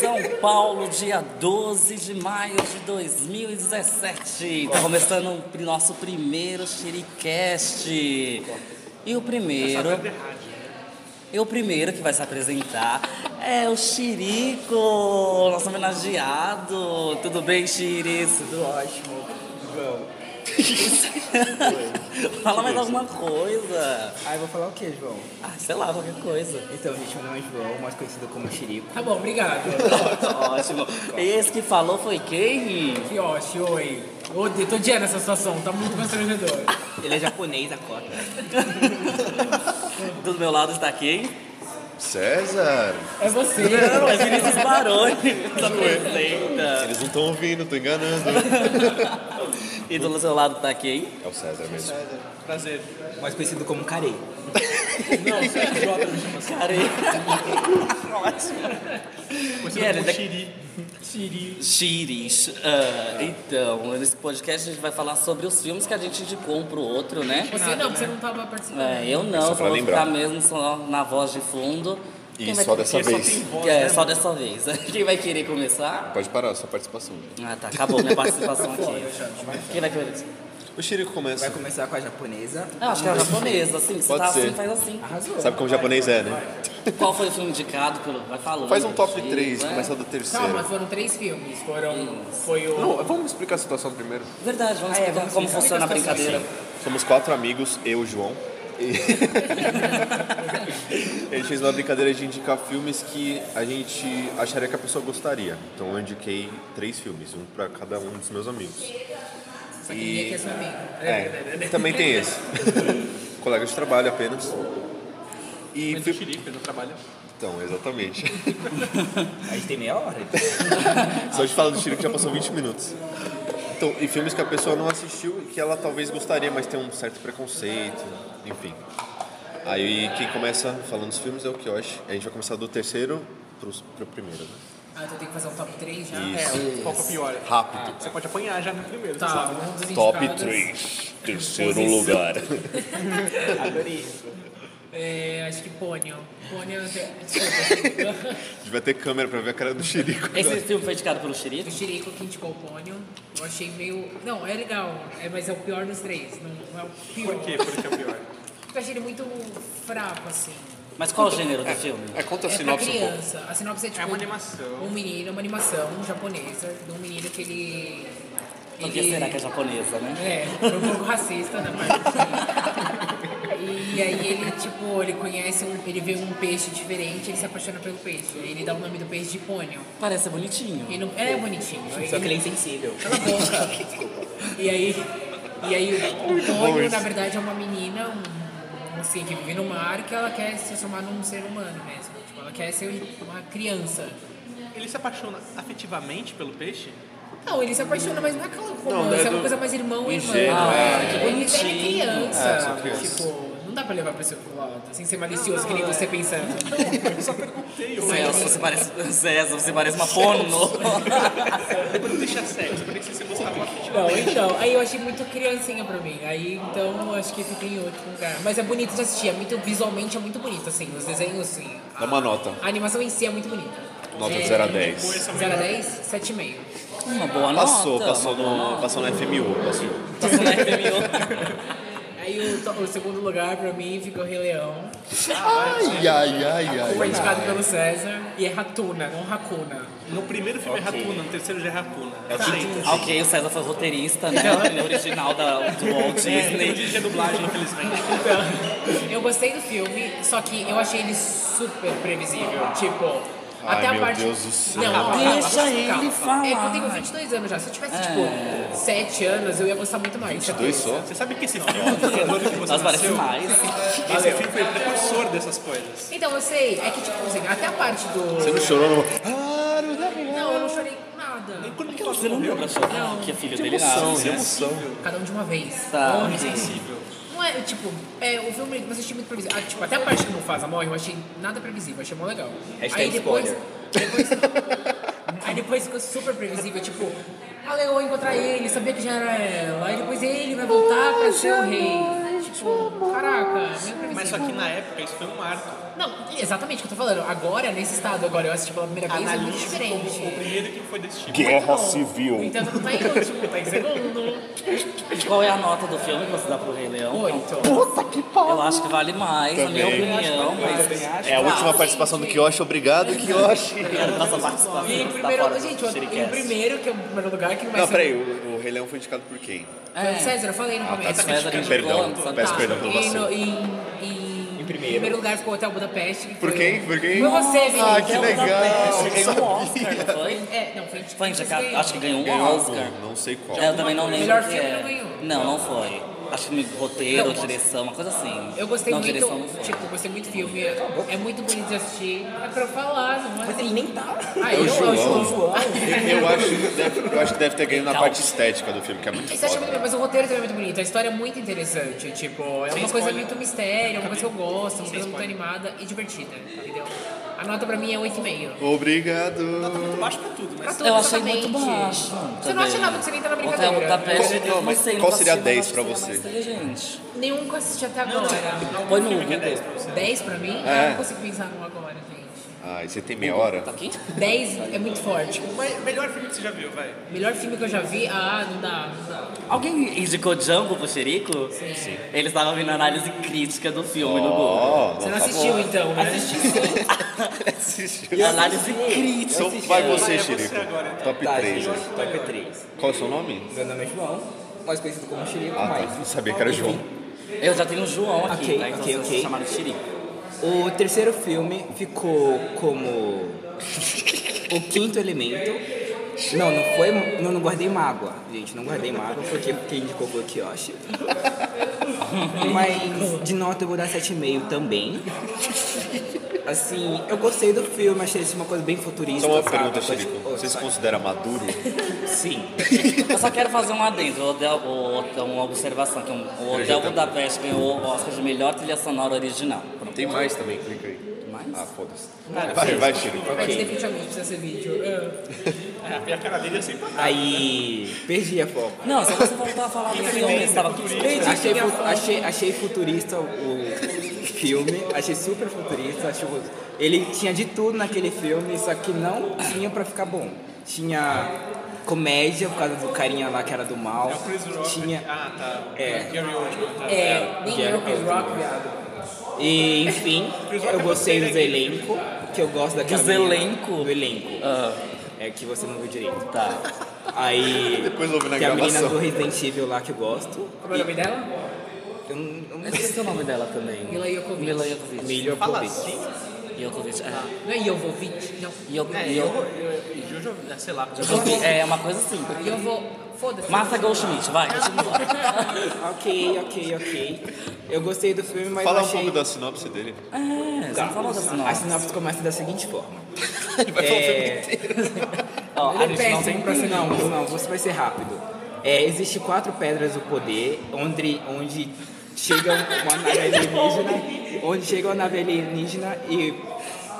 São Paulo, dia 12 de maio de 2017. Tá começando o nosso primeiro Xericast. E o primeiro. E o primeiro que vai se apresentar é o Chirico, nosso homenageado. Tudo bem, Chiris? Tudo ótimo. João. Fala mais alguma coisa. Ah, eu vou falar o que, João? Ah, sei lá, qualquer coisa. Então, gente, meu nome é João, mais conhecido como Chirico. Tá bom, obrigado. Ótimo. E esse que falou foi quem? que ótimo, oi. Odeio, tô odiando essa situação, tá muito constrangedor. Ele é japonês, a cota. Do meu lado está quem? César, É você. Não, é Vinícius Baroni. Se apresenta. eles não estão ouvindo, tô enganando. E do seu lado está quem? É o César mesmo. Prazer. Mais conhecido como Carei. Cara, Você E é era da- Chiri. Chiri. Chiris. Ah, então, nesse podcast a gente vai falar sobre os filmes que a gente indicou um pro outro, né? Você não, porque você não tava participando. É, eu não, Só pra só vou lembrar. ficar mesmo só na voz de fundo. E só dessa vez. É, só dessa vez. Quem vai querer começar? Pode parar, sua participação. Ah, tá, acabou minha participação aqui. Quem vai querer? O Chirico Vai começa. começar com a japonesa. Ah, acho que é japonesa, assim, se Pode tá assim, ser. faz assim. Arrasou. Sabe como o japonês é, né? Qual foi o filme indicado pelo. Vai falando. Faz um top Chiris, 3, né? começa do Calma, terceiro. foram três filmes. Foram. Foi o. Não, vamos explicar a situação primeiro. Verdade, vamos explicar Ah, é, vamos como explicar. funciona a Explica as brincadeira. Somos quatro amigos, eu e o João. E... a gente fez uma brincadeira de indicar filmes que a gente acharia que a pessoa gostaria. Então eu indiquei três filmes, um pra cada um dos meus amigos. Só que ninguém aqui é seu amigo. É, também tem esse. Colega de trabalho apenas. E fui... Então, exatamente. A gente tem meia hora. Só de falar do Chile que já passou 20 minutos. Então, e filmes que a pessoa não assistiu e que ela talvez gostaria, mas tem um certo preconceito, enfim. Aí quem começa falando dos filmes é o Kiosh. A gente vai começar do terceiro pro, pro primeiro. né? Ah, então tem que fazer um top 3 já? Isso. Qual que é o pior? Rápido. Você pode apanhar já no primeiro. Tá, um dos Top indicados. Um 3. Terceiro lugar. É, acho que Pônio. Pônio. Desculpa. A gente vai ter câmera pra ver a cara do Chirico. assim. Esse filme foi indicado pelo O Chirico? Chirico que indicou o Pônio. Eu achei meio. Não, é legal, é, mas é o pior dos três. Não, não é o pior. Por quê? Por que é o pior? Eu achei ele muito fraco, assim. Mas qual o gênero do filme? É, conta a é pra sinopse um pouco. criança. A sinopse é tipo. É uma animação. Um menino, uma animação japonesa, de um menino que ele. Porque ele- será que é japonesa, né? É, foi um pouco racista na parte. E aí ele, tipo, ele conhece um. Ele vê um peixe diferente, ele se apaixona pelo peixe. Aí ele dá o nome do peixe de pônio. Parece bonitinho. Ele não, é bonitinho. Ele- Só que ele é insensível. Cala a boca. e aí, e aí o o Tônio, na verdade, é uma menina, um, assim, que vive no mar, que ela quer se transformar num ser humano mesmo. Tipo, ela quer ser uma criança. Ele se apaixona afetivamente pelo peixe? Não, ele se apaixona, mas não é aquela romance, né, é uma do- coisa mais irmão e irmã. ingênuo, Ah, é. tipo, ele, ele é Bonitinho. criança, É, são sabe? crianças. Tipo, não dá pra levar pra esse outro lado, sem ser malicioso, que nem é. você pensando. Eu só perguntei, ou Celso, você parece. César, você parece uma porno. não deixa sexo, por que você se gostava afetivamente? Não, então, aí eu achei muito criancinha pra mim. Aí então eu acho que fica em outro lugar. Mas é bonito de assistir, é muito, visualmente é muito bonito, assim, os desenhos, assim. Dá uma nota. A animação em si é muito bonita. Nota de É, 0 a 10. 0 a 10, 7,5. Uma boa nota. Passou, passou, uma boa no, nota. passou na FMU, passou. Passou na FMU. Aí o, to- o segundo lugar pra mim ficou Rei Leão. Ai, ai, ai, ai. Foi indicado pelo César. E é Ratuna, não Hakuna. No primeiro filme é Ratuna, no terceiro já é Ratuna. Ah, ok, o César foi roteirista, né? No original da, do Walt Ele Disney. dirige a dublagem, infelizmente. Eu gostei do filme, só que eu achei ele super previsível. Tipo, Ai, até a meu parte. Deus do céu. Não, ó, Deixa calma, ele calma. falar. É. É que eu tenho 22 anos já. Se eu tivesse, tipo, 7 anos, eu ia gostar muito mais. Dois certeza. só? Você sabe que esse filme, do ano que você Nós parece nasceu, mais. esse filme foi precursor dessas coisas. Então, eu sei. É que, tipo, assim, até a parte do. Você não chorou no... Não, eu não chorei com nada. Quando que ela Você não morreu? deu pra chorar que é filho dele Emoção, não, né? emoção. Cada um de uma vez. Tá. Não é, tipo, é, o filme você achei muito previsível. Ah, tipo, até a parte que o Mufasa morre, eu achei nada previsível, achei mó legal. Hashtag Aí depois. spoiler. depois- Aí depois ficou super previsível, tipo, a leoa encontrar ele, sabia que já era ela. Aí depois ele vai voltar pra ser o rei. Tipo, caraca, meio previsível. Mas só que na época isso foi um marco. Não, exatamente o que eu tô falando. Agora, nesse estado, agora eu assisti pela primeira vez, é muito Analise como diferente. o primeiro que foi desse tipo. Guerra Bom, No Civil. entanto, não tá em último, tá em segundo. Qual é a nota do filme que você dá pro Rei Leão? Oito. Eu acho que vale mais, Também. na minha opinião. Mas É a última participação do Kioshi, obrigado, Kioshi. quero nossa participação. E em tá primeiro, fora do gente, em Shiricast. primeiro, que é o primeiro lugar, que não vai Não, ser... peraí, Ah, tá, o, o Rei Leão foi indicado por quem? Foi o César, eu falei no começo. César indicou, Perdão, fantástico. peço perdão pelo Tá. E no- vacilo. em, em, em primeiro. lugar ficou o Hotel Budapeste. que Por foi- quem? Por quem? Foi você, Vinícius. Ah, que É o legal. Budapeste, eu Ganhou um sabia. Oscar, não foi? É, não, foi Foi indicado, acho que ganhou um Ganhou Oscar. algum, não sei qual. É, eu também não lembro. Melhor o que filme é. não ganhou. Não, não foi. Acho que roteiro, direção, uma coisa assim. Eu gostei não, muito, direção não foi. tipo, gostei muito do filme. É, é muito bonito de assistir. É pra falar, não é? Mas ele nem tá. Ah, É o eu, eu, João. João. Eu acho, que deve, eu acho que deve ter ganho na Calma. parte estética do filme, que é muito Isso eu acho muito foda. bonito, mas o roteiro também é muito bonito, a história é muito interessante, tipo, é uma coisa muito mistério, é uma coisa que eu gosto, uma coisa muito animada e divertida, entendeu? A nota pra mim é 8,5. Obrigado. Baixo pra tudo, Pra mas. tudo, Eu achei exatamente. muito baixo. Você não acha nada, você nem tá na brincadeira. Hotel Budapeste, Qual- não, mas sei, qual nunca seria assisti, 10 pra mas acho que você? seria Gente, Nenhum que eu assisti até agora. põe no Google. 10 pra mim? É. Ah, não consigo pensar num agora, gente. Ai, você tem meia hora? Tá aqui? 10 é muito forte. O Mas melhor filme que você já viu, vai. melhor filme que eu já vi, ah, não dá, não dá. Alguém indicou Django pro Xerico? Sim. Eles estavam vendo a análise crítica do filme no Google. Ó, Você não, não tá assistiu então, né? Assistiu. Análise crítica. Então vai você, Vai você Chirico. agora, então. Top Tá, 3. gente, top 3. Qual é o seu nome? Meu nome é João, mais conhecido como Xerico, Ah, tá. mas... Não sabia que era João. Eu já tenho o João aqui, Ok, tá? Então ok, eu sou ok. chamado de Xerico. O terceiro filme ficou como o quinto elemento. Não, não foi. Não, não guardei mágoa, gente. Não guardei mágoa porque quem indicou foi o Kiyoshi. Mas de nota eu vou dar 7,5 também. Assim, eu gostei do filme, achei isso uma coisa bem futurista. Só uma sabe? pergunta, coisa- Então Chirico. Oh, Você se sabe? considera maduro? Sim. Eu só quero fazer um adendo, o Hotel- o Hotel- uma observação, que é um, o Eu já Hotel tava. Budapeste ganhou o Oscar de melhor trilha sonora original. Tem mais também, clica aí. Mais? Ah, foda-se. Vai, vai, Chirico. Mas definitivamente precisa ser vídeo. Ah. É, a cara dele é sempre. Aí. Perdi a foco. Não, se você voltar a falar do filme, você tava Achei, fu- achei, achei futurista o filme, achei super futurista. Achei, o- ele tinha de tudo naquele filme, só que não tinha pra ficar bom. Tinha comédia por causa do carinha lá que era do mal. Tinha. Ah, tá. É. Gary Oldman, tá. É, nem que era eu que o rock, viado. E enfim, eu gostei dos elenco, que eu gosto daquela. Dos menina- elenco? Do elenco. Ah, É que você não viu direito. tá. Aí. Depois ouve na tem a menina gravação. do Resident Evil lá que eu gosto. Como é o nome dela? Eu não, eu não Eu esqueci o nome dela também. Mila Jokovic. Mila Jokovic. Milho Fala assim. Jokovic, é. Não é Jovovic, não. Joko- É, eu, Joko- eu, né, eu, sei lá. Jokovic, É uma coisa assim. Jovo... Foda-se. Martha Goldschmidt, vai, continua. Ok, ok, ok. Eu gostei do filme, mas Fala eu um achei... pouco da sinopse dele. É, você não falou da A sinopse. sinopse começa da seguinte forma. Ele vai falar o filme inteiro. Ó, Ele é a gente não péssimo tem pra ser- Não, não, você vai ser rápido. É, existe quatro pedras do poder, onde, onde chega uma nave alienígena, onde chega uma nave alienígena e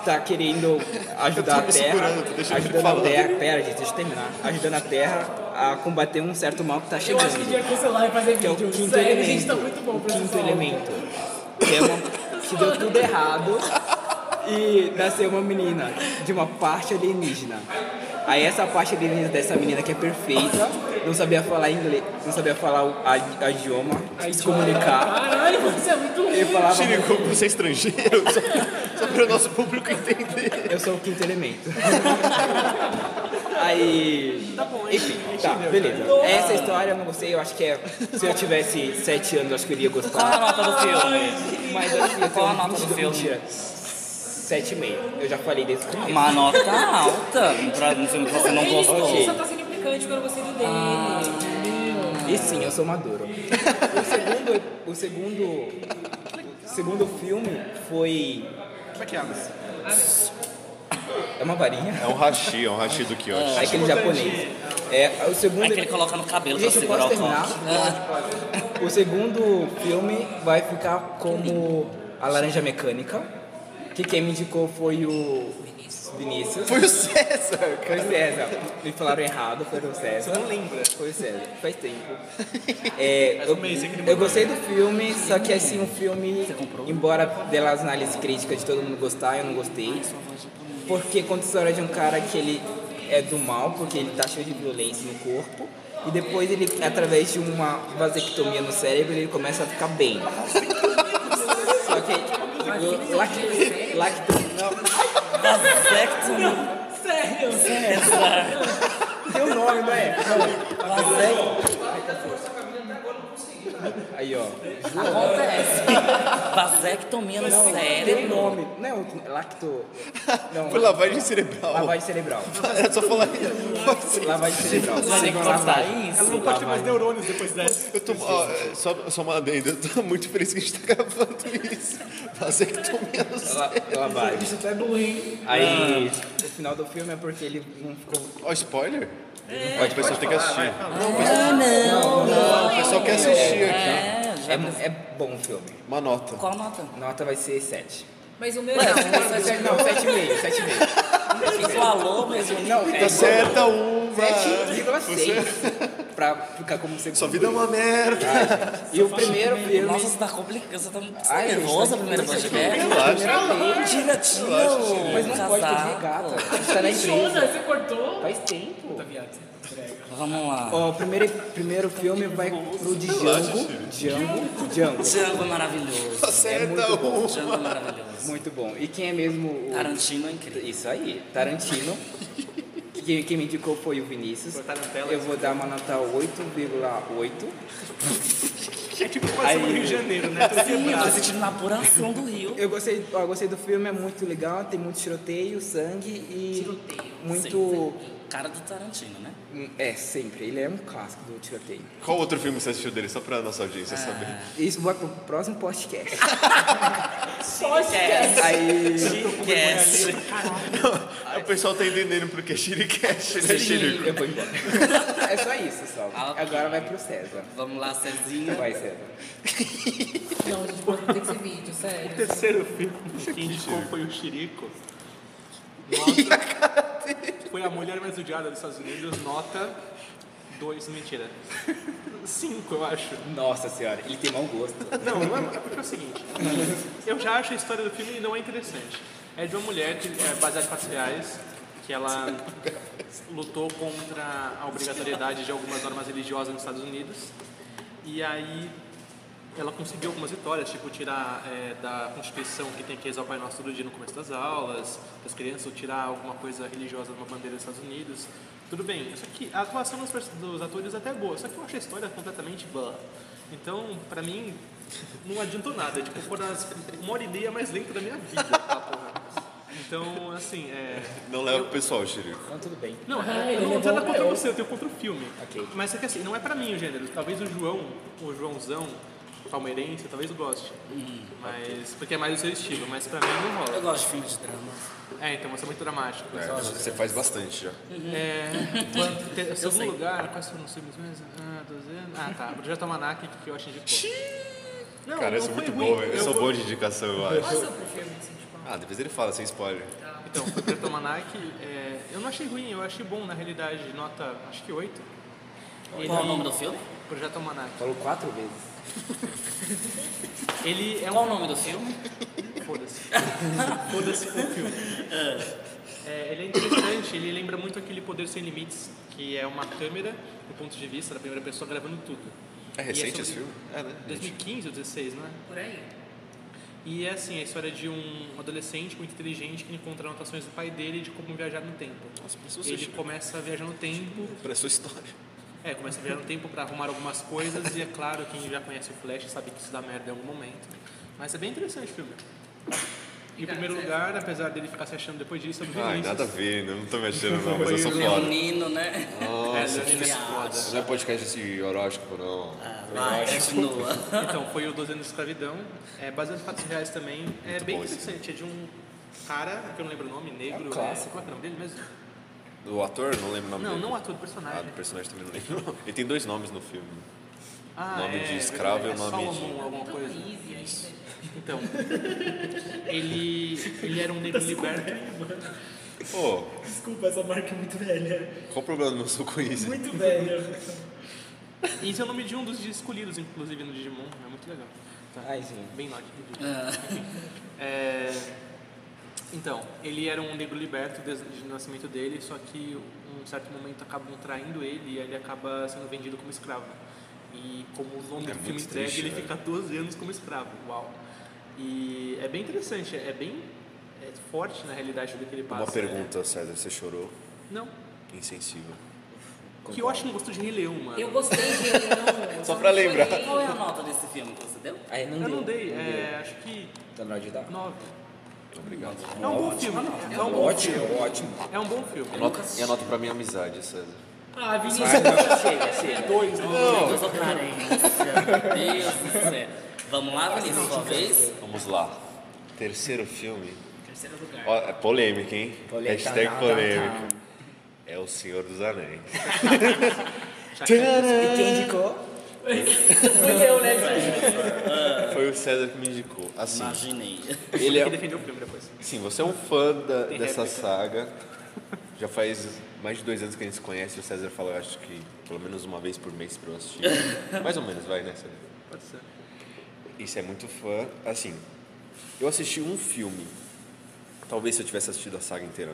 tá querendo ajudar Eu tô a me Terra, segurando, tô deixando ele ajudando a falar. Terra, pera gente, deixa eu terminar, ajudando a Terra a combater um certo mal que tá Eu chegando. acho que devia cancelar e fazer que é o vídeo. quinto Sério, elemento. gente, tá muito bom o pra quinto essa aula. elemento. Que, é uma- que deu tudo errado e nasceu uma menina de uma parte alienígena. Aí essa parte alienígena dessa menina que é perfeita, não sabia falar inglês, não sabia falar o a, a idioma, se comunicar. Caralho, você é muito Ele ruim. falava, Chirico, você é estrangeiro? Só, só para o nosso público entender. eu sou o quinto elemento. Aí. Tá bom, Enfim, tá, beleza. Essa história eu não gostei, eu acho que é. Se eu tivesse sete anos, eu acho que eu iria Qual é a gostar. nota do filme? Mas assim, eu Qual é a tenho nota do 22 filme? mentira. 7,5. Eu já falei desse começo. Uma nota alta pra um filme que você não gostou. Ele só tá sendo implicante porque eu não gostei do dele. E sim, eu sou maduro. o segundo. O segundo. O segundo filme foi. Como é que é, Alice? É uma varinha? É um hashi, é um hashi do Kyoshi. É aquele japonês. É, o segundo. É que ele coloca no cabelo pra Gente, eu segurar posso o terminar? É. coque. O segundo filme vai ficar como A Laranja Mecânica. que quem me indicou foi o Vinícius. Foi o César, Foi cara. o César. Me falaram errado, foi o César. Você não lembra? Foi o César, faz tempo. É, Faz um eu, mês é que ele eu mandou. gostei do filme, só que assim, o filme, embora pelas análises críticas de todo mundo gostar, eu não gostei. Porque conta a história de um cara que ele é do mal, porque ele tá cheio de violência no corpo. E depois ele, através de uma vasectomia no cérebro, ele começa a ficar bem. Só que... tipo, eu- lact- Lactomia... Vasectomia. Sério? Tem um nome, não é? Vasectomia. Aí, ó. Acontece. Vasectomia no Tem um cérebro. nome. Não é outro- lacto... Não, Foi É. lavagem cerebral. lavagem cerebral. Era É só falar isso. Lavagem cerebral. Você cortar isso? Não pode ter mais neurônios depois dessa. Eu tô, ó, é, só, só uma adenda, eu tô muito feliz que a gente tá gravando isso. Vasectomia no La- cérebro. Lavagem. Isso é doente. Aí, o final do filme é porque ele não ficou... Ó, spoiler? É. Pode, o pessoal tem que assistir. Ah, não. O pessoal quer assistir aqui. É, É, já... é bom o filme. Uma nota. Qual nota? Nota vai ser 7. Mas o meu não. Não, 7,5. 7,5. Falou mesmo. Não, é Tá certa uma. 7,6. Pra ficar como segundo. Sua vida é uma merda. E o primeiro Nossa, é um filme... você tá complicado, você tá muito Ai, nervosa gente, a primeira tá vez que é difícil. né? Relaxa. Tira, tira Mas o não pode, eu tô de casaco. gata. A gente tá na Jona, igreja. você cortou? Faz tempo. Vamos lá. Ó, o primeiro, primeiro filme vai pro de Django. Django. Django. Django é maravilhoso. Tá certa uma. Django é maravilhoso. Muito bom. E quem é mesmo o... Tarantino é incrível. Isso aí, Tarantino. quem, quem me indicou foi o Vinícius. Cortaram tela. Eu vou dar uma nota 8,8. É tipo quase no Rio de Janeiro, né? Tudo Sim, eu tô quebrado. sentindo na apuração do Rio. Eu gostei, ó, gostei do filme, é muito legal, tem muito tiroteio, sangue e muito... Cara do Tarantino, né? Hum, É, sempre, ele é um clássico do tiroteio. Qual outro filme você assistiu dele? Só pra nossa audiência saber. Isso vai pro próximo podcast. Só esquece. Aí, Esquece. O pessoal tá entendendo porque é Shirikesh, né, Shirico? eu vou embora. É só isso, só. Ah, ok. Agora vai pro César. Vamos lá, Cezinha. Vai, César. Não, gente, mano, tem que ser vídeo, sério. terceiro filme que indicou foi o Chirico. Nota... foi a mulher mais odiada dos Estados Unidos, nota 2, mentira. 5, eu acho. Nossa senhora, ele tem mau gosto. Não, não é, é porque é o seguinte. Eu já acho a história do filme não é interessante. É de uma mulher que é baseada em fatos reais, que ela lutou contra a obrigatoriedade de algumas normas religiosas nos Estados Unidos. E aí ela conseguiu algumas vitórias, tipo tirar é, da Constituição que tem que rezar o Pai Nosso todo dia no começo das aulas, das crianças, ou tirar alguma coisa religiosa de uma bandeira dos Estados Unidos. Tudo bem, só que a atuação dos, pers- dos atores até é boa, só que eu acho a história completamente blá. Então, pra mim, não adiantou nada. Tipo, foram as, uma hora e meia mais lenta da minha vida. aquela porra. Então, assim, é... Não leva pro pessoal, Shirico. Então tudo bem. Não, Ah, eu ele não é tenho um nada bom contra pra você, eu tenho contra o filme. Ok. Mas é que assim, não é pra mim o gênero. Talvez o João, o Joãozão, palmeirense, talvez eu goste. mas. Porque é mais o seu estilo, mas pra mim não Eu rola. gosto de filme de drama. É, então você é muito dramático. É, você faz bastante já. É. quanto- te- segundo sei. lugar, quais foram os filmes mesmo? Ah, 12 Ah, tá. Projeto Almanac, que que eu acho indicou. Não, Cara, eu não sou foi muito ruim. bom, velho. Eu sou bom de indicação, eu acho. um assim, tipo, Ah, depois ele fala, sem spoiler. Então, foi Projeto Almanac. é, eu não achei ruim, eu achei bom na realidade. Nota, acho que 8. Qual é o nome do filme? Projeto Almanac. Falou quatro vezes. Ele é um Qual o nome do filme? Foda-se. Foda-se com o filme. É, ele é interessante, ele lembra muito aquele Poder Sem Limites, que é uma câmera, do ponto de vista da primeira pessoa, gravando tudo. É recente esse filme? É, né? 2015 ou 2016, né? Por aí. E é assim, a história de um adolescente muito inteligente que encontra anotações do pai dele de como viajar no tempo. pessoas Ele começa a viajar no tempo Pra sua história. é, começa a virar um tempo pra arrumar algumas coisas e é claro, quem já conhece o Flash sabe que isso dá merda em algum momento. Mas é bem interessante o filme. Em primeiro lugar, apesar dele ficar se achando depois disso, é do Ai, Vinícius. nada a ver, né? não tô me achando não, mas eu sou foda. Leonino, né? É, Nossa, Leonino é foda. não é podcast esse horóscopo, não. Vai, continua. Então, foi o 12 anos de escravidão, é, baseado em fatos reais também. É bem bom esse interessante, é de um cara, que eu não lembro o nome, negro. um clássico. qual é o nome dele mesmo? Do ator, não lembro o nome Não, dele. não o ator né? do Ah, personagem. do personagem também não lembro. Ele tem dois nomes no filme. Ah, Nome é, de escravo e o verdade, é nome de- Salomão, alguma coisa. Então, ele, ele era um negro liberto. Pô, Desculpa, essa marca é muito velha. qual o problema do meu soco isso? Muito velha. E esse é o nome de um dos escolhidos, inclusive, no Digimon. É muito legal. Tá. Ai, gente. Bem lógico. É, então, ele era um negro liberto desde o nascimento dele, só que um certo momento acabam traindo ele e ele acaba sendo vendido como escravo. E como o É nome do muito filme entrega, triste, ele velho. fica 12 anos como escravo. Uau! E é bem interessante, é bem é forte na realidade do que ele passa. Uma pergunta, César, você chorou? Não, Insensível. que eu acho um gosto de releão, mano. Eu gostei de não. Só pra lembrar. Qual é a nota desse filme que você deu? Aí não Eu deu. não dei, não é, acho que deu. Tá na hora de dar? 9. Obrigado. É um bom filme. É um bom filme. Ótimo, ótimo. É um bom filme. Anota, e anota pra minha amizade, César. Ah, Vinícius, Chega, chega. Dois, Eu sou carência. Deus do céu. Vamos lá, Vinícius, sua vez? Vamos lá. Terceiro filme. terceiro lugar. Ó, é polêmico, hein? Polêmica, Hashtag não, polêmico. não, É o Senhor dos Anéis. E quem indicou? né, Foi o César que me indicou. Assim, Imaginei. ele que é. defendeu o filme depois. Sim, você é um fã da- dessa réplica. saga. Já faz mais de dois anos que a gente se conhece. O César fala, acho que pelo menos uma vez por mês pra eu assistir. mais ou menos, vai, né, César? Pode ser. Isso é muito fã. Assim, eu assisti um filme. Talvez se eu tivesse assistido a saga inteira,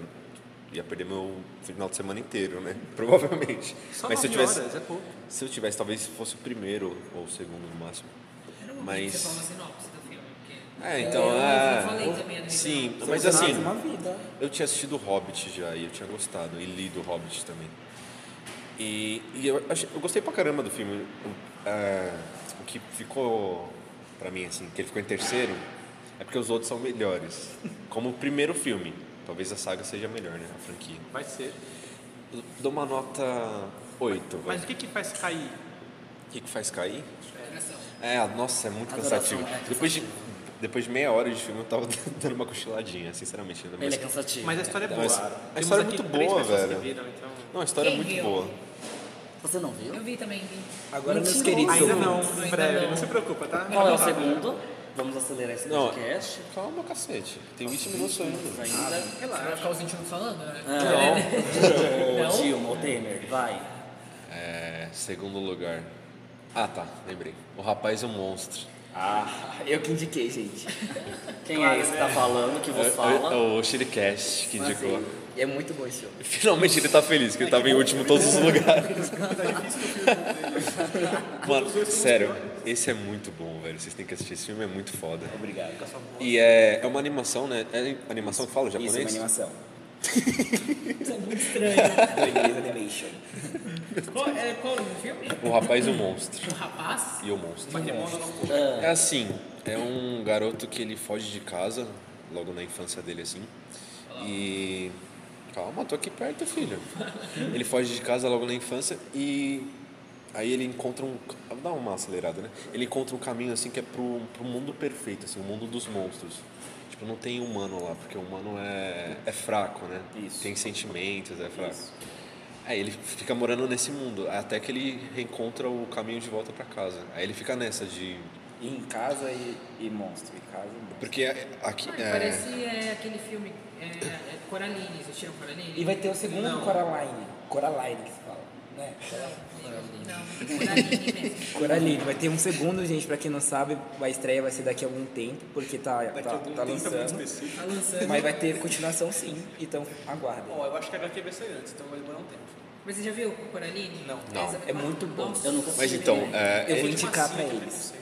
ia perder meu final de semana inteiro, né? Provavelmente. Só Mas se eu nove tivesse, horas, é pouco. se eu tivesse, talvez fosse o primeiro ou o segundo no máximo. um Você falou a Mas sinopse do filme, porque... é, então, eu ah, falei também, né? sim, mas assim, Uma vida. eu tinha assistido Hobbit já e eu tinha gostado e lido Hobbit também. E, e eu, achei- eu gostei pra caramba do filme. O, ah, o que ficou pra mim, assim, que ele ficou em terceiro, é porque os outros são melhores. Como o primeiro filme. Talvez a saga seja melhor, né? A franquia. Vai ser. Eu dou uma nota 8, vai. Mas o que que faz cair? O que, que faz cair? Coração. É, nossa, é muito Adoração, cansativo. é. Depois de, depois de meia hora de filme, eu tava dando uma cochiladinha, sinceramente. ainda mais- Ele é cansativo. Mas a história é Não, boa. mas a Temos história é aqui muito três boa, pessoas que velho. viram, então- Não, a história é Quem muito viu? boa. Você não viu? Eu vi também, vi. Agora, meus Mentira. queridos. Ainda não, Ainda em breve. não. Não se preocupa, tá? Qual é o segundo? Vamos acelerar esse Não. podcast. Calma, cacete. Tem 20 minutos ainda. Ainda. Você vai ficar os 20 minutos falando, né? Não. Não? Ô, Dilma, ô Temer, vai. É, segundo lugar. Ah, tá, lembrei. O rapaz é um monstro. Ah, Eu que indiquei, gente. Quem é esse que tá falando, que É, você é, é fala? o Shiricast que indicou. E é muito bom esse filme. Finalmente ele tá feliz, que ele tava em último em todos os lugares. Mano, sério, esse é muito bom, velho. Vocês têm que assistir esse filme, é muito foda. Obrigado. E é, é uma animação, né? É animação que fala japonês? Isso, uma animação. Estranho. Japanese Animation. qual, é, qual o nome do filme? O rapaz e o monstro. Um rapaz? E o monstro. É assim, é um garoto que ele foge de casa, logo na infância dele, assim. E. Calma, tô aqui perto, filho. Ele foge de casa logo na infância e. Aí ele encontra um. Dá uma acelerada, né? Ele encontra um caminho assim que é pro, pro mundo perfeito, assim, o mundo dos monstros. Tipo, não tem humano lá, porque o humano é, é fraco, né? Isso. Tem sentimentos, é fraco. Aí ele fica morando nesse mundo, até que ele reencontra o caminho de volta pra casa. Aí ele fica nessa de E em casa e, e monstro. Em casa e monstro. porque é- aqui. Ah, é, Parece é, aquele filme é, é Coraline, vocês tiram Coraline? E vai ter o segundo Não. Coraline. Coraline que se fala. Né? Coraline. Não, é Coraline mesmo. Coraline, vai ter um segundo, gente, pra quem não sabe, a estreia vai ser daqui a algum tempo, porque tá, tá, tá é lançando. Tá lançando. Mas vai ter continuação sim, então aguardem. Ó, eu acho que a HQ vai sair antes, então vai demorar um tempo. Mas você já viu o Coraline? Não. Não. É muito bom. Eu nunca Mas assisti. então, é, Eu vou ele- né? indicar pra eles.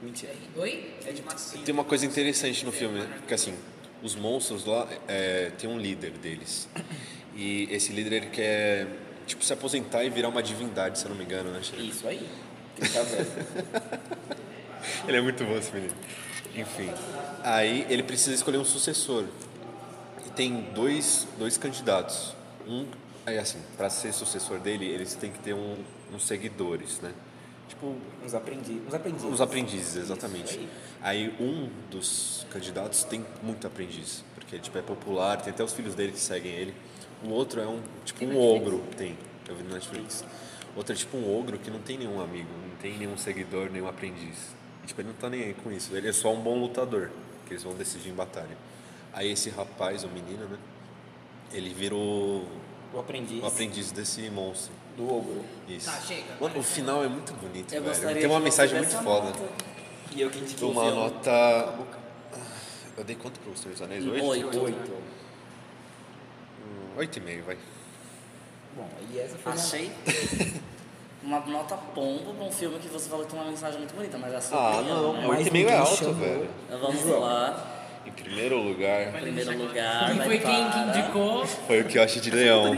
Mentira. Oi? É de macio. tem uma coisa interessante no filme, né? que assim, os monstros lá é, tem um líder deles. E esse líder ele quer tipo se aposentar e virar uma divindade, se eu não me engano, né? Shirley? Isso aí. Quem tá vendo? Ele é muito bom esse menino. Enfim. Aí ele precisa escolher um sucessor. E tem dois, dois candidatos. Um, aí assim, para ser sucessor dele, eles têm que ter um, uns seguidores, né? Tipo, Uns aprendizes. Uns aprendizes. Os aprendizes, exatamente. Isso aí. aí. um dos candidatos tem muito aprendiz, porque tipo, é popular, tem até um os filhos dele que seguem ele. O outro é um tipo um ogro, tem, eu vi no Netflix. Outro é tipo um ogro que não tem nenhum amigo, não tem nenhum seguidor, nenhum aprendiz. E, tipo, ele não tá nem aí com isso. Ele é só um bom lutador, que eles vão decidir em batalha. Aí esse rapaz, ou menino, né? Ele virou O aprendiz o aprendiz desse monstro. do ogro. Isso. Tá, chega. Mano, o final é muito bonito, Eu velho. gostaria Tem uma de você mensagem muito dessa foda. nota. E eu que indiquei Uma o filme. nota. Eu dei quanto pro Senhor dos Anéis? Oito? Oito. Oito. Oito e meio, vai. Bom, e essa foi uma- Achei uma nota pombo pra um filme que você falou que tem uma mensagem muito bonita, mas a sua Ah, opinião, não. né? Mas Oito e meio é ninguém alto, chamou. velho. Então Vamos lá. Em primeiro lugar, Em primeiro lugar, Ah, Quem vai foi quem que para- indicou? foi o Kioshi de Leão.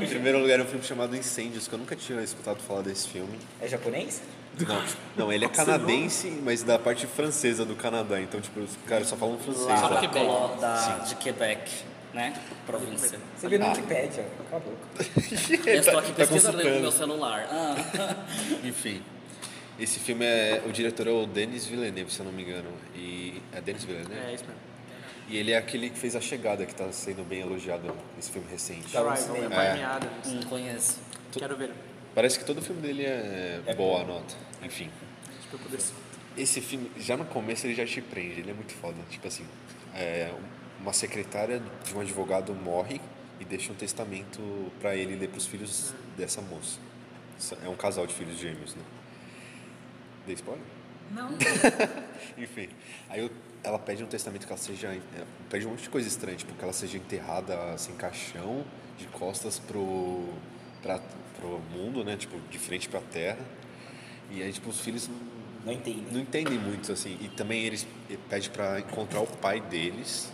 em primeiro lugar, é um filme chamado Incêndios, que eu nunca tinha escutado falar desse filme. É japonês? Não, não ele é canadense, mas da parte francesa do Canadá. Então, tipo, os caras só falam francês. Lá né? da, colo- da- de Quebec, né? Província. Você Ah. viu no Wikipedia. Acabou. Eu estou aqui Tá pesquisando no consultando. meu celular. Ah. Enfim. Esse filme é. O diretor é o Denis Villeneuve, se eu não me engano. E. É Denis Villeneuve? É isso mesmo. E ele é aquele que fez A Chegada, que tá sendo bem elogiado nesse filme recente. Tá. Arrival, é É. premiada. Não conheço. Quero ver. É, Parece que todo filme dele é, boa a nota. Enfim. Tipo, eu poder- Esse filme, já no começo, ele já te prende, ele é muito foda. Tipo assim, é, uma secretária de um advogado morre e deixa um testamento pra ele ler pros filhos dessa moça. É um casal de filhos gêmeos, né? Dei spoiler? Não. Enfim, aí eu- ela pede um testamento que ela seja. é, Pede um monte de coisa estranha, tipo, que ela seja enterrada sem caixão, de costas pro, pra, pro mundo, né? Tipo, de frente pra terra. E aí, tipo, os filhos não- Não entendi. não entendem muito, assim. E também eles pedem pra encontrar o pai deles,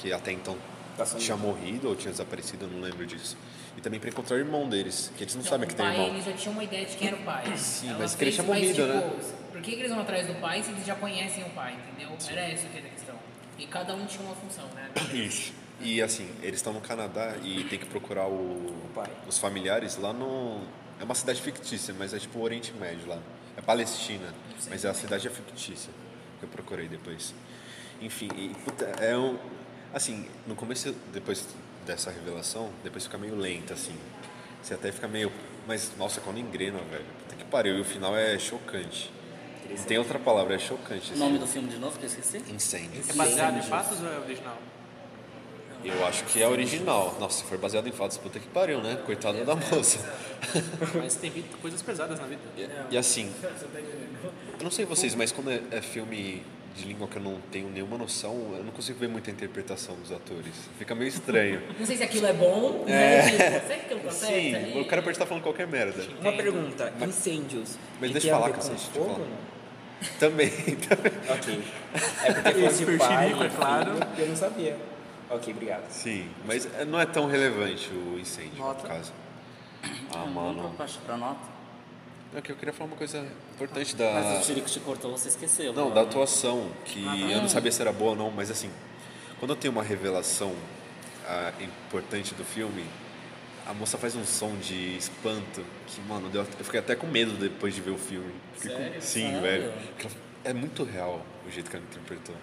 que até então Tá sumido. tinha morrido ou tinha desaparecido, eu não lembro disso. E também pra encontrar o irmão deles, que eles não, Não, sabem o que tem pai, irmão. Eles já tinham uma ideia de quem era o pai. Sim, Ela mas que ele fez, tinha morrido, tipo, Por que, que eles vão atrás do pai se eles já conhecem o pai, entendeu? Era essa que era a questão. E cada um tinha uma função, né? Isso. E assim, eles estão no Canadá e tem que procurar o, pai. os familiares lá no. É uma cidade fictícia, mas é tipo o Oriente Médio lá. É Palestina, mas a cidade é fictícia. que Eu procurei depois. Enfim, e, puta, é um. Assim, no começo, depois dessa revelação, depois fica meio lenta, assim. Você até fica meio. Mas nossa, quando engrena, velho. Puta que pariu. E o final é chocante. Não tem outra palavra, é chocante. O nome do filme de novo que eu esqueci? Incêndio. É baseado em fatos ou é original? Eu acho que é original. Nossa, se for baseado em fatos, puta que pariu, né? Coitado da moça. Mas tem vi- coisas pesadas na vida. E, e assim, eu não sei vocês, mas quando é, é filme de língua que eu não tenho nenhuma noção, eu não consigo ver muita interpretação dos atores. Fica meio estranho. Não sei se aquilo é bom, né? Tipo, Será que aquilo tá certo Sim, ali? o cara pode estar falando qualquer merda. Uma pergunta. Incêndios. Mas ele deixa tem eu a falar, ver com cacete, deixa eu fogo, falar. não? Também. também. Ok. É porque fosse Esse pai, Chico, é filho, claro. eu não sabia. Ok, obrigado. Sim, mas é- não é tão relevante o incêndio, no caso. Ah, Vamos mano. pra baixo pra nota. É que eu queria falar uma coisa importante Mas assim, da... o Chirico te cortou, você esqueceu. Ah. Não, da provavelmente. atuação, que eu Ah. não sabia se era boa ou não, mas assim, quando eu tenho uma revelação ah, importante do filme, a moça faz um som de espanto que, mano, deu- eu fiquei até com medo depois de ver o filme. Fiquei com- Sim, Sério? velho. Porque ela- É muito real o jeito que ela interpretou.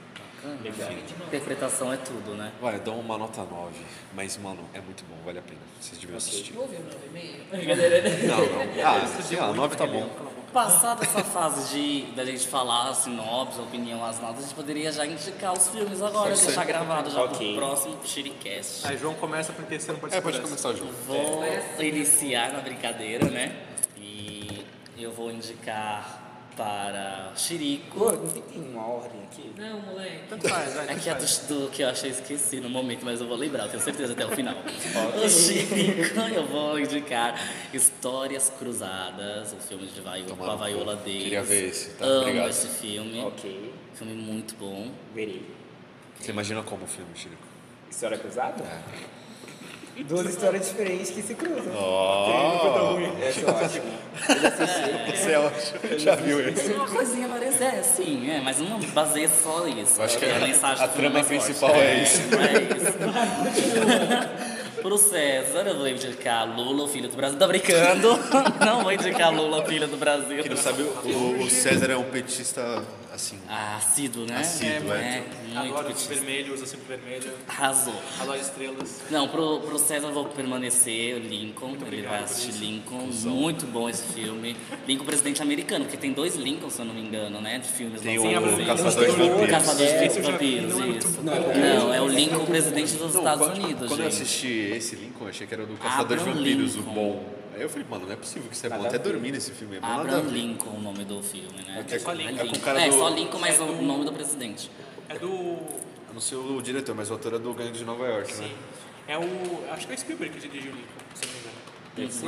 Interpretação é tudo, né? Vai, eu dou uma nota 9, mas, mano, é muito bom, vale a pena. Vocês deviam assistir. Ouviu o nove e meio? Não, não. Ah, sei lá, 9 tá bom. Passada essa fase de da gente falar a sinopse, a opinião, as notas, a gente poderia já indicar os filmes agora, Pode ser. deixar gravado já Ok. pro próximo Chiricast. Aí João começa porque você não pode É, pode segurar. começar, João. Vou iniciar na brincadeira, né? E eu vou indicar para Pô, Chirico. não tem- tem uma ordem aqui? Não, moleque. Tanto faz, vai. É tanto que a do, faz. do que eu achei esqueci no momento, mas eu vou lembrar, eu tenho certeza até o final. O Chirico, eu vou indicar Histórias Cruzadas, o filme de vaio, com Tomara, a vaiola pô. deles. Queria ver esse, tá? Amo Obrigado. esse filme. Ok, Filme muito bom. verei. Você imagina como o filme, Chico? História cruzada? Duas histórias diferentes que se cruzam. Oh, Essa é ótima. você é ótimo. Já viu ele. Uma coisinha parece, é, sim, é, mas não baseia só isso. Eu acho que É a- mensagem a do trama filme mais principal forte. é isso. É isso. Pro César, eu vou indicar Lula, o filho do Brasil. Tá brincando? Não vou indicar Lula, filho do Brasil. Quem não sabe, o, o César é um petista assim. Ah, assíduo, né? Assíduo, é. Muito Adoro o petista. vermelho, usa sempre vermelho. Arrasou. Adoro estrelas. Não, pro, pro César eu vou permanecer, o Lincoln, ele vai assistir Lincoln, muito bom esse filme. Lincoln Presidente Americano, porque tem dois Lincoln, se eu não me engano, né, de filmes Tem lançados o também. Caçador de Vampiros. Caçador de Vampiros, isso. Não, é o Lincoln Presidente dos Estados quando, Unidos, quando eu gente. Ah, assisti esse Lincoln, eu achei que era o do Caçador de Abraham Vampiros, Lincoln. o bom. Aí eu falei, mano, não é possível que isso é bom. Até dormi nesse filme. Mano, nada a Abraham ver. Lincoln o nome do filme, né? É só Lincoln. É com o cara É, do- só Lincoln, mas o nome do presidente. É do. Eu não sei o diretor, mas o ator é do Gangue de Nova York, né? Sim. É o. Acho que é o Spielberg que dirigiu o Lincoln, se eu não me engano.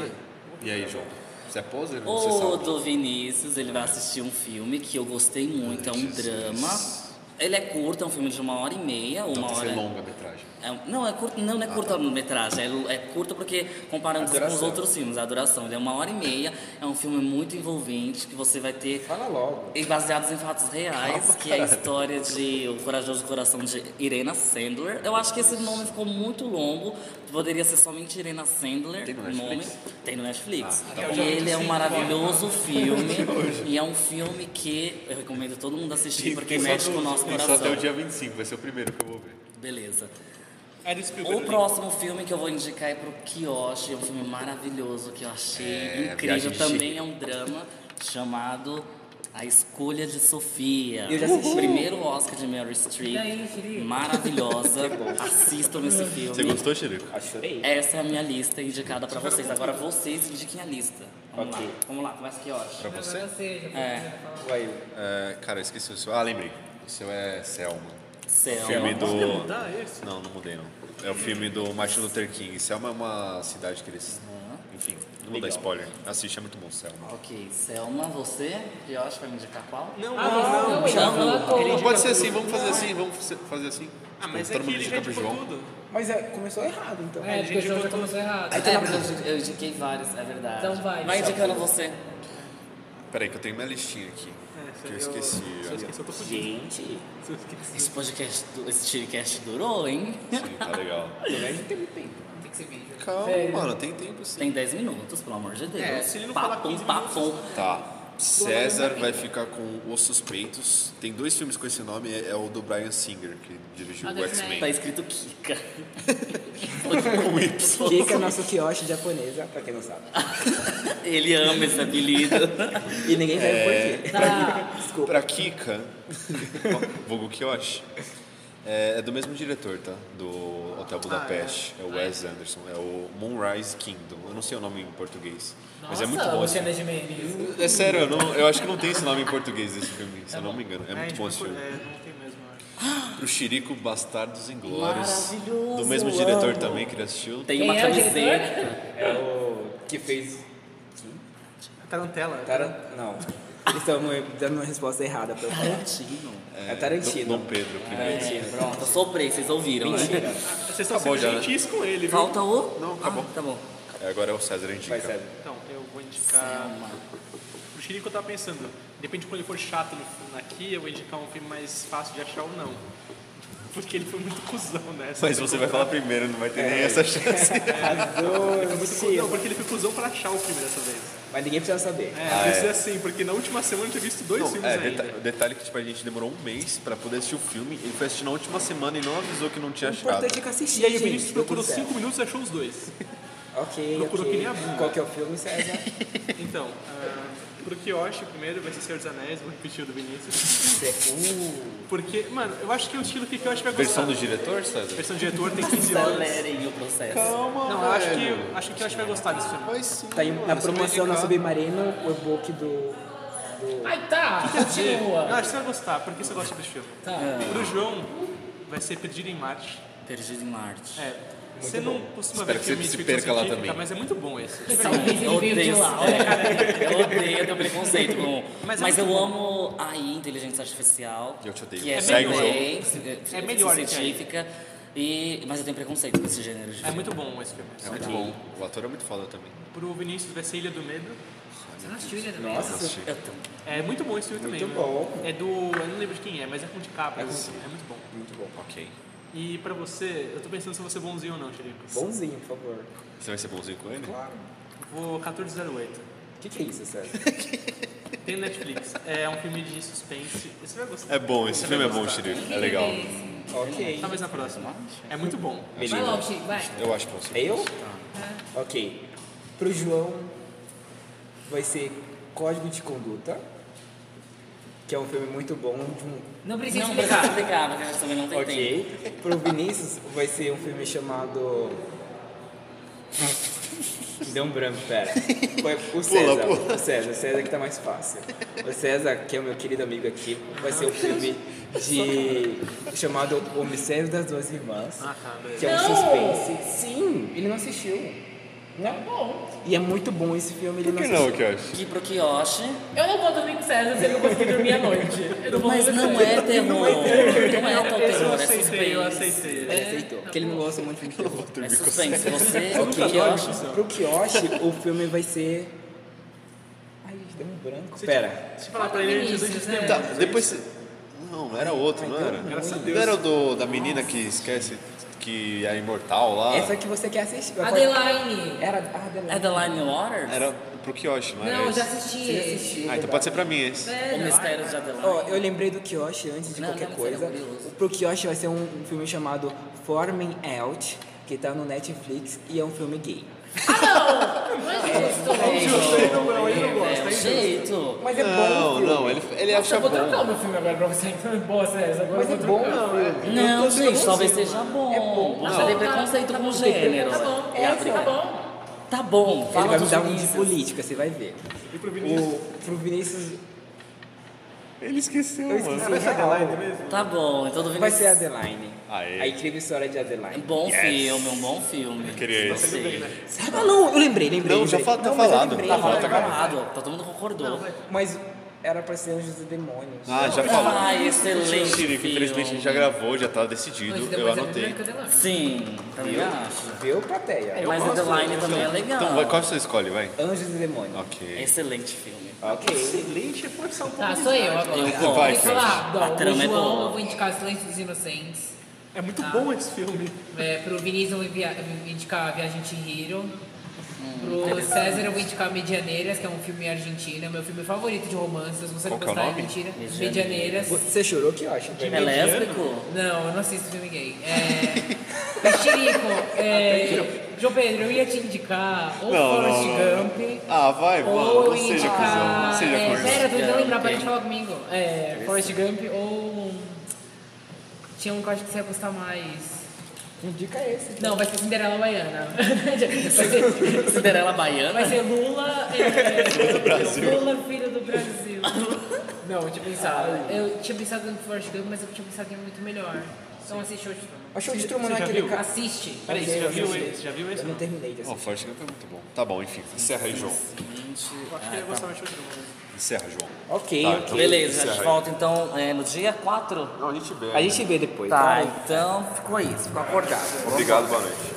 E aí, João? Você é poser? ou Você O sabe? do Vinícius, ele vai assistir um filme que eu gostei muito, é um drama. Ele é curto, é um filme de uma hora e meia, uma Não, você hora. é Ah, tá. longa a metragem. É um- não, é curto, não, não é curta metragem, é, lu- é curto porque comparando com os outros filmes, a duração, ele é uma hora e meia, é um filme muito envolvente, que você vai ter Fala logo. e baseados em fatos reais, que é a história de O Corajoso Coração de Irena Sandler. Eu acho que esse nome ficou muito longo, poderia ser somente Irena Sandler. Tem no nome. Netflix? Ah, tá Tem no Netflix. E ele é um maravilhoso filme, e é um filme que eu recomendo todo mundo assistir, porque mexe com o nosso Tem só até o coração. dia 25, vai ser o primeiro que eu vou ver. Beleza. É do Spielberg. O próximo filme que eu vou indicar é pro Kiyoshi, é um filme maravilhoso que eu achei É, Viagem incrível. de Também Chihiro. é um drama chamado A Escolha de Sofia. Eu já assisti. O primeiro Oscar de Meryl Streep. daí, Chihiro? Maravilhosa. Assistam esse Você filme. gostou, Chirico? Ah, Essa é a minha lista indicada pra vocês. Agora vocês indiquem a lista. Vamos Ok. lá. Vamos lá, começa Kiyoshi. Pra você? Agora você, já É, Vai. É, cara, eu esqueci o seu. Ah, lembrei. O seu é Selma. Filme Selma. do. Não, não mudei não. É o filme do Martin Luther King. Selma é uma cidade que eles. Uhum. Enfim, não vou dar spoiler. Assiste, é muito bom, Ah. Selma. Ok, Selma, você, Kiyoshi, vai me indicar qual? não, Não, não, não. ele já Não, não. colocou. Não pode ser assim, vamos fazer assim, vamos se- fazer assim. Ah, mas é Todo que mundo ele indica já pro indicou João. tudo. Mas é, começou errado, então. É, porque o jogo já começou errado. É, porque eu- eu indiquei vários, é verdade. tá Então vai, Vai Selma. indicando você. Peraí, que eu tenho minha listinha aqui. É, Que eu esqueci. Se eu esqueci, eu tô fudido. Gente, Se eu esqueci. esse podcast, du- esse Chiricast durou, hein? Sim, tá legal. Tem que ser vídeo. Calma, mano, tem tempo sim. Tem 10 minutos, pelo amor de Deus. É, se ele não falar papum, 15 papum. Tá. César vai ficar com Os Suspeitos. Tem dois filmes com esse nome, é, é o do Brian Singer, que dirigiu Ah, o do X-Men. Tá escrito Kika. Kika é nosso quiosque japonesa, pra quem não sabe. Ele ama esse apelido. E ninguém sabe por É. quê. Tá. Desculpa. Pra Kika, vulgo Kioshi, é, é do mesmo diretor, tá? Do Hotel Budapeste, é. o Wes Anderson, é o Moonrise Kingdom. Eu não sei o nome em português, mas é muito bom. esse Você filme. é de meio. É sério, eu, não- eu acho que não tem esse nome em português desse filme, se eu não me engano. É É, a muito gente bom esse procura- filme. É, não tem mesmo, eu acho. Pro Chirico Bastardos Inglórios, Maravilhoso, do mesmo diretor também que ele assistiu. Tem Quem uma é o diretor? camiseta. É o que fez. tá Tarantela. Cara, não. Estamos dando uma resposta errada pra eu falar. Tarantino. É Dom Tarantino. Pedro, É, primeiro. pronto, eu soprei, vocês ouviram, né? Vocês estão Acabou sendo já, né? gentis com ele, viu? Falta o... Não, acabou. Ah, tá bom. É, Agora é o César Indica. Vai, César. Então, eu vou indicar. Selma. O Chirico eu tava pensando, depende de quando ele for chato no- aqui, eu vou indicar um filme mais fácil de achar ou não. Porque ele foi muito cuzão nessa. Mas você vai falar primeiro, não vai ter nem essa chance. Não, assim, Doce. porque ele foi cuzão pra achar o filme dessa vez. Mas ninguém precisa saber. É, ah, é. assim, porque na última semana eu tinha visto dois Não, filmes é, ainda. deta o detalhe é que tipo, a gente demorou um mês pra poder assistir o filme. Ele foi assistir na última semana e não avisou que não tinha O achado. importante é que eu assisti. E aí o gente, Vinícius deu procurou tudo certo. cinco minutos e achou os dois. Ok, procurou ok. que nem a bunda. Qual que é o filme, César? Então, ah, pro Kioshi primeiro vai ser Senhor dos Anéis, vou repetir o do Vinícius. uh, Porque, mano, eu acho que é um estilo que o Kioshi vai gostar. Versão do diretor, César? Versão do diretor tem 15 horas. Acelerem o processo. Não, eu acho que, acho que o Kioshi vai gostar desse filme. Mas sim. tá aí na mano, você vai promoção na indicar. Submarino, o e-book do... Ai, tá. Eu Continua. acho que você vai gostar, porque você gosta desse filme. Tá. Pro João, vai ser Perdido em Marte. Perdido em Marte. É. Você não costuma Espero ver que filme você de se ficção perca lá científica, também. mas é muito bom esse. Talvez ele Eu veio de odeio, lá. é, cara, eu odeio, eu tenho preconceito com. Mas Mas, é eu muito amo a inteligência artificial. Eu te odeio. Que é, Segue o jogo. bem, é, É melhor que científica. E, mas eu tenho preconceito com esse gênero de É filme. muito bom esse filme. É muito bom. O ator é muito foda também. Pro Vinícius vai ser Ilha do Medo. Você não assistiu ele também? Nossa, Eu também. É muito bom esse filme também. Muito viu? bom. É do. Eu não lembro de quem é, mas é com o DiCaprio. É com- assim, é muito bom. muito bom. Ok. E pra você, eu tô pensando se você é bonzinho ou não, Chirico. Bonzinho, por favor. Você vai ser bonzinho com ele? Claro. Vou 1408. que, que é isso, César? Tem Netflix. É um filme de suspense. Você vai gostar. É bom, esse Você filme é vai bom, gostar. Shirley. É legal. ok. Talvez na próxima. É muito bom. Vai Menina. logo, Chico, vai. Eu acho bom. sim. É eu? Ok. Pro João vai ser Código de Conduta, que é um filme muito bom. de um- Não precisa Não explicar. precisa explicar, porque a gente também não tem tempo. Ok. Pro Vinícius vai ser um filme chamado. Deu um branco, pera. Foi o César. O César, o César que tá mais fácil. O César, que é o meu querido amigo aqui, vai ser um filme de. chamado O Mistério das Duas Irmãs. Ah, tá, beleza. Que é um Não! suspense. Sim, ele não assistiu. Não. E é muito bom esse filme, ele Por que não não, assistiu. Kyoshi? Aqui pro Kiyoshi, Eu não vou dormir com César se ele não conseguir dormir à noite. Eu não vou mas dormir com não César. é terror. Não é tão Esse eu terror, é aceitei, eu suspense. aceitei. Ele aceitou. Porque ele não gosta muito de filme. É suspense. Você, o Ok, Kiyoshi, Pro Kioshi, o filme vai ser. Ai, deu um branco. Pera. Deixa eu falar pra ele antes de né? Tá, depois. você- Não, era outro, não era? Não era o do, da menina que esquece que é imortal lá? Essa que você quer assistir. vai- Adeline. Era a Adelaide. Adeline Waters? Era pro Kyoshi, não era Não, eu É esse? já assisti Você esse. assistiu. Ah, então pode ser pra mim esse. É O Mistério de Adeline. Oh, Ó, eu lembrei do Kioshi antes de Não, qualquer não, você era coisa. curioso. Pro Kioshi vai ser um um filme chamado Forming Out, que tá no Netflix e é um filme gay. Ah, não! Não é justo. É o jeito. Mas é bom. Não, o filme. não, ele, ele acha Eu vou bom. trocar o meu filme agora pra você. Então, boa, César. Agora Mas é eu vou bom. trocar. o filme. Não, gente, talvez seja bom. Você tem preconceito com gênero. Tá bom, E abre- tá bom. Tá bom, Ele fala vai me dos dar um de Vinícius. política, você vai ver. E pro Vinícius. O, pro Vinícius. Ele esqueceu, Eu mano. esqueci real. Tá bom, então do Vai Vinícius. ser Adeline. Aê. A incrível história de Um Adeline. Bom Yes. filme, um bom filme. Tá Eu queria esse. Ah, não, eu lembrei, lembrei. Não, já lembrei. fala- tá mas eu falado. lembrei. Tá Tá falando tá gravado, tá todo mundo concordou. Mas era pra ser Anjos e Demônios. Ah, já falou. Ai, excelente Shirley, filme. infelizmente a gente já gravou, já tá decidido. Mas Eu depois é anotei. melhor que Adeline. Sim, Tá também acho. Viu, plateia? Mas Adeline também é legal. Então, vai- qual você escolhe, vai? Anjos e Demônios. É Ok. Excelente filme. Ah, Ok. Excelente, pode ser um pouco. Tá, sou eu agora. Eu Vou gosto. falar. A Bom, trama o é João, boa. eu vou indicar Silêncio dos Inocentes. É muito bom esse filme. É, pro Vinícius eu vou envia- eu vou indicar Viagem de Hiro. pro César eu vou indicar Medianeiras, que é um filme argentino, é meu filme favorito de romance, se você não Qual que gostar é o é nome? mentira. Medianeiras. Medianeiras. Você chorou que eu acho. É lésbico? Não, eu não assisto filme gay. É... Mexerico, é... João Pedro, eu ia te indicar ou Não, Forrest não, não, não. Gump, Ah, vai, mano. ou Não seja cuzão. Não indicar... seja é, cuzão. pera, tô tentando Gump. lembrar, para de falar comigo. É, Forrest Gump ou... um, Tinha um que eu acho que você ia gostar mais. Indica esse. Não, vai ser Cinderela Baiana. Vai ser, Cinderela Baiana? vai ser Lula, é, Brasil. Lula, filho do Brasil. Não, eu tinha pensado. Eu tinha pensado no Forrest Gump, mas eu tinha pensado em um muito melhor. Então assiste hoje, Truman. Achou de Truman não é já aquele viu? cara. Assiste. Peraí, você já viu esse? Já viu esse? Eu não terminei de Não, assistir. Forrest Gump é muito bom. Tá bom, enfim. Encerra aí, João. Eu acho que ele gostava de outro mundo. Encerra, João. Ok, Tá, ok. então. Beleza, a gente Encerra aí. volta então é, no dia 4. Não, a gente vê. A gente vê depois. Tá, bom? então ficou isso, ficou acordado. Obrigado, boa noite.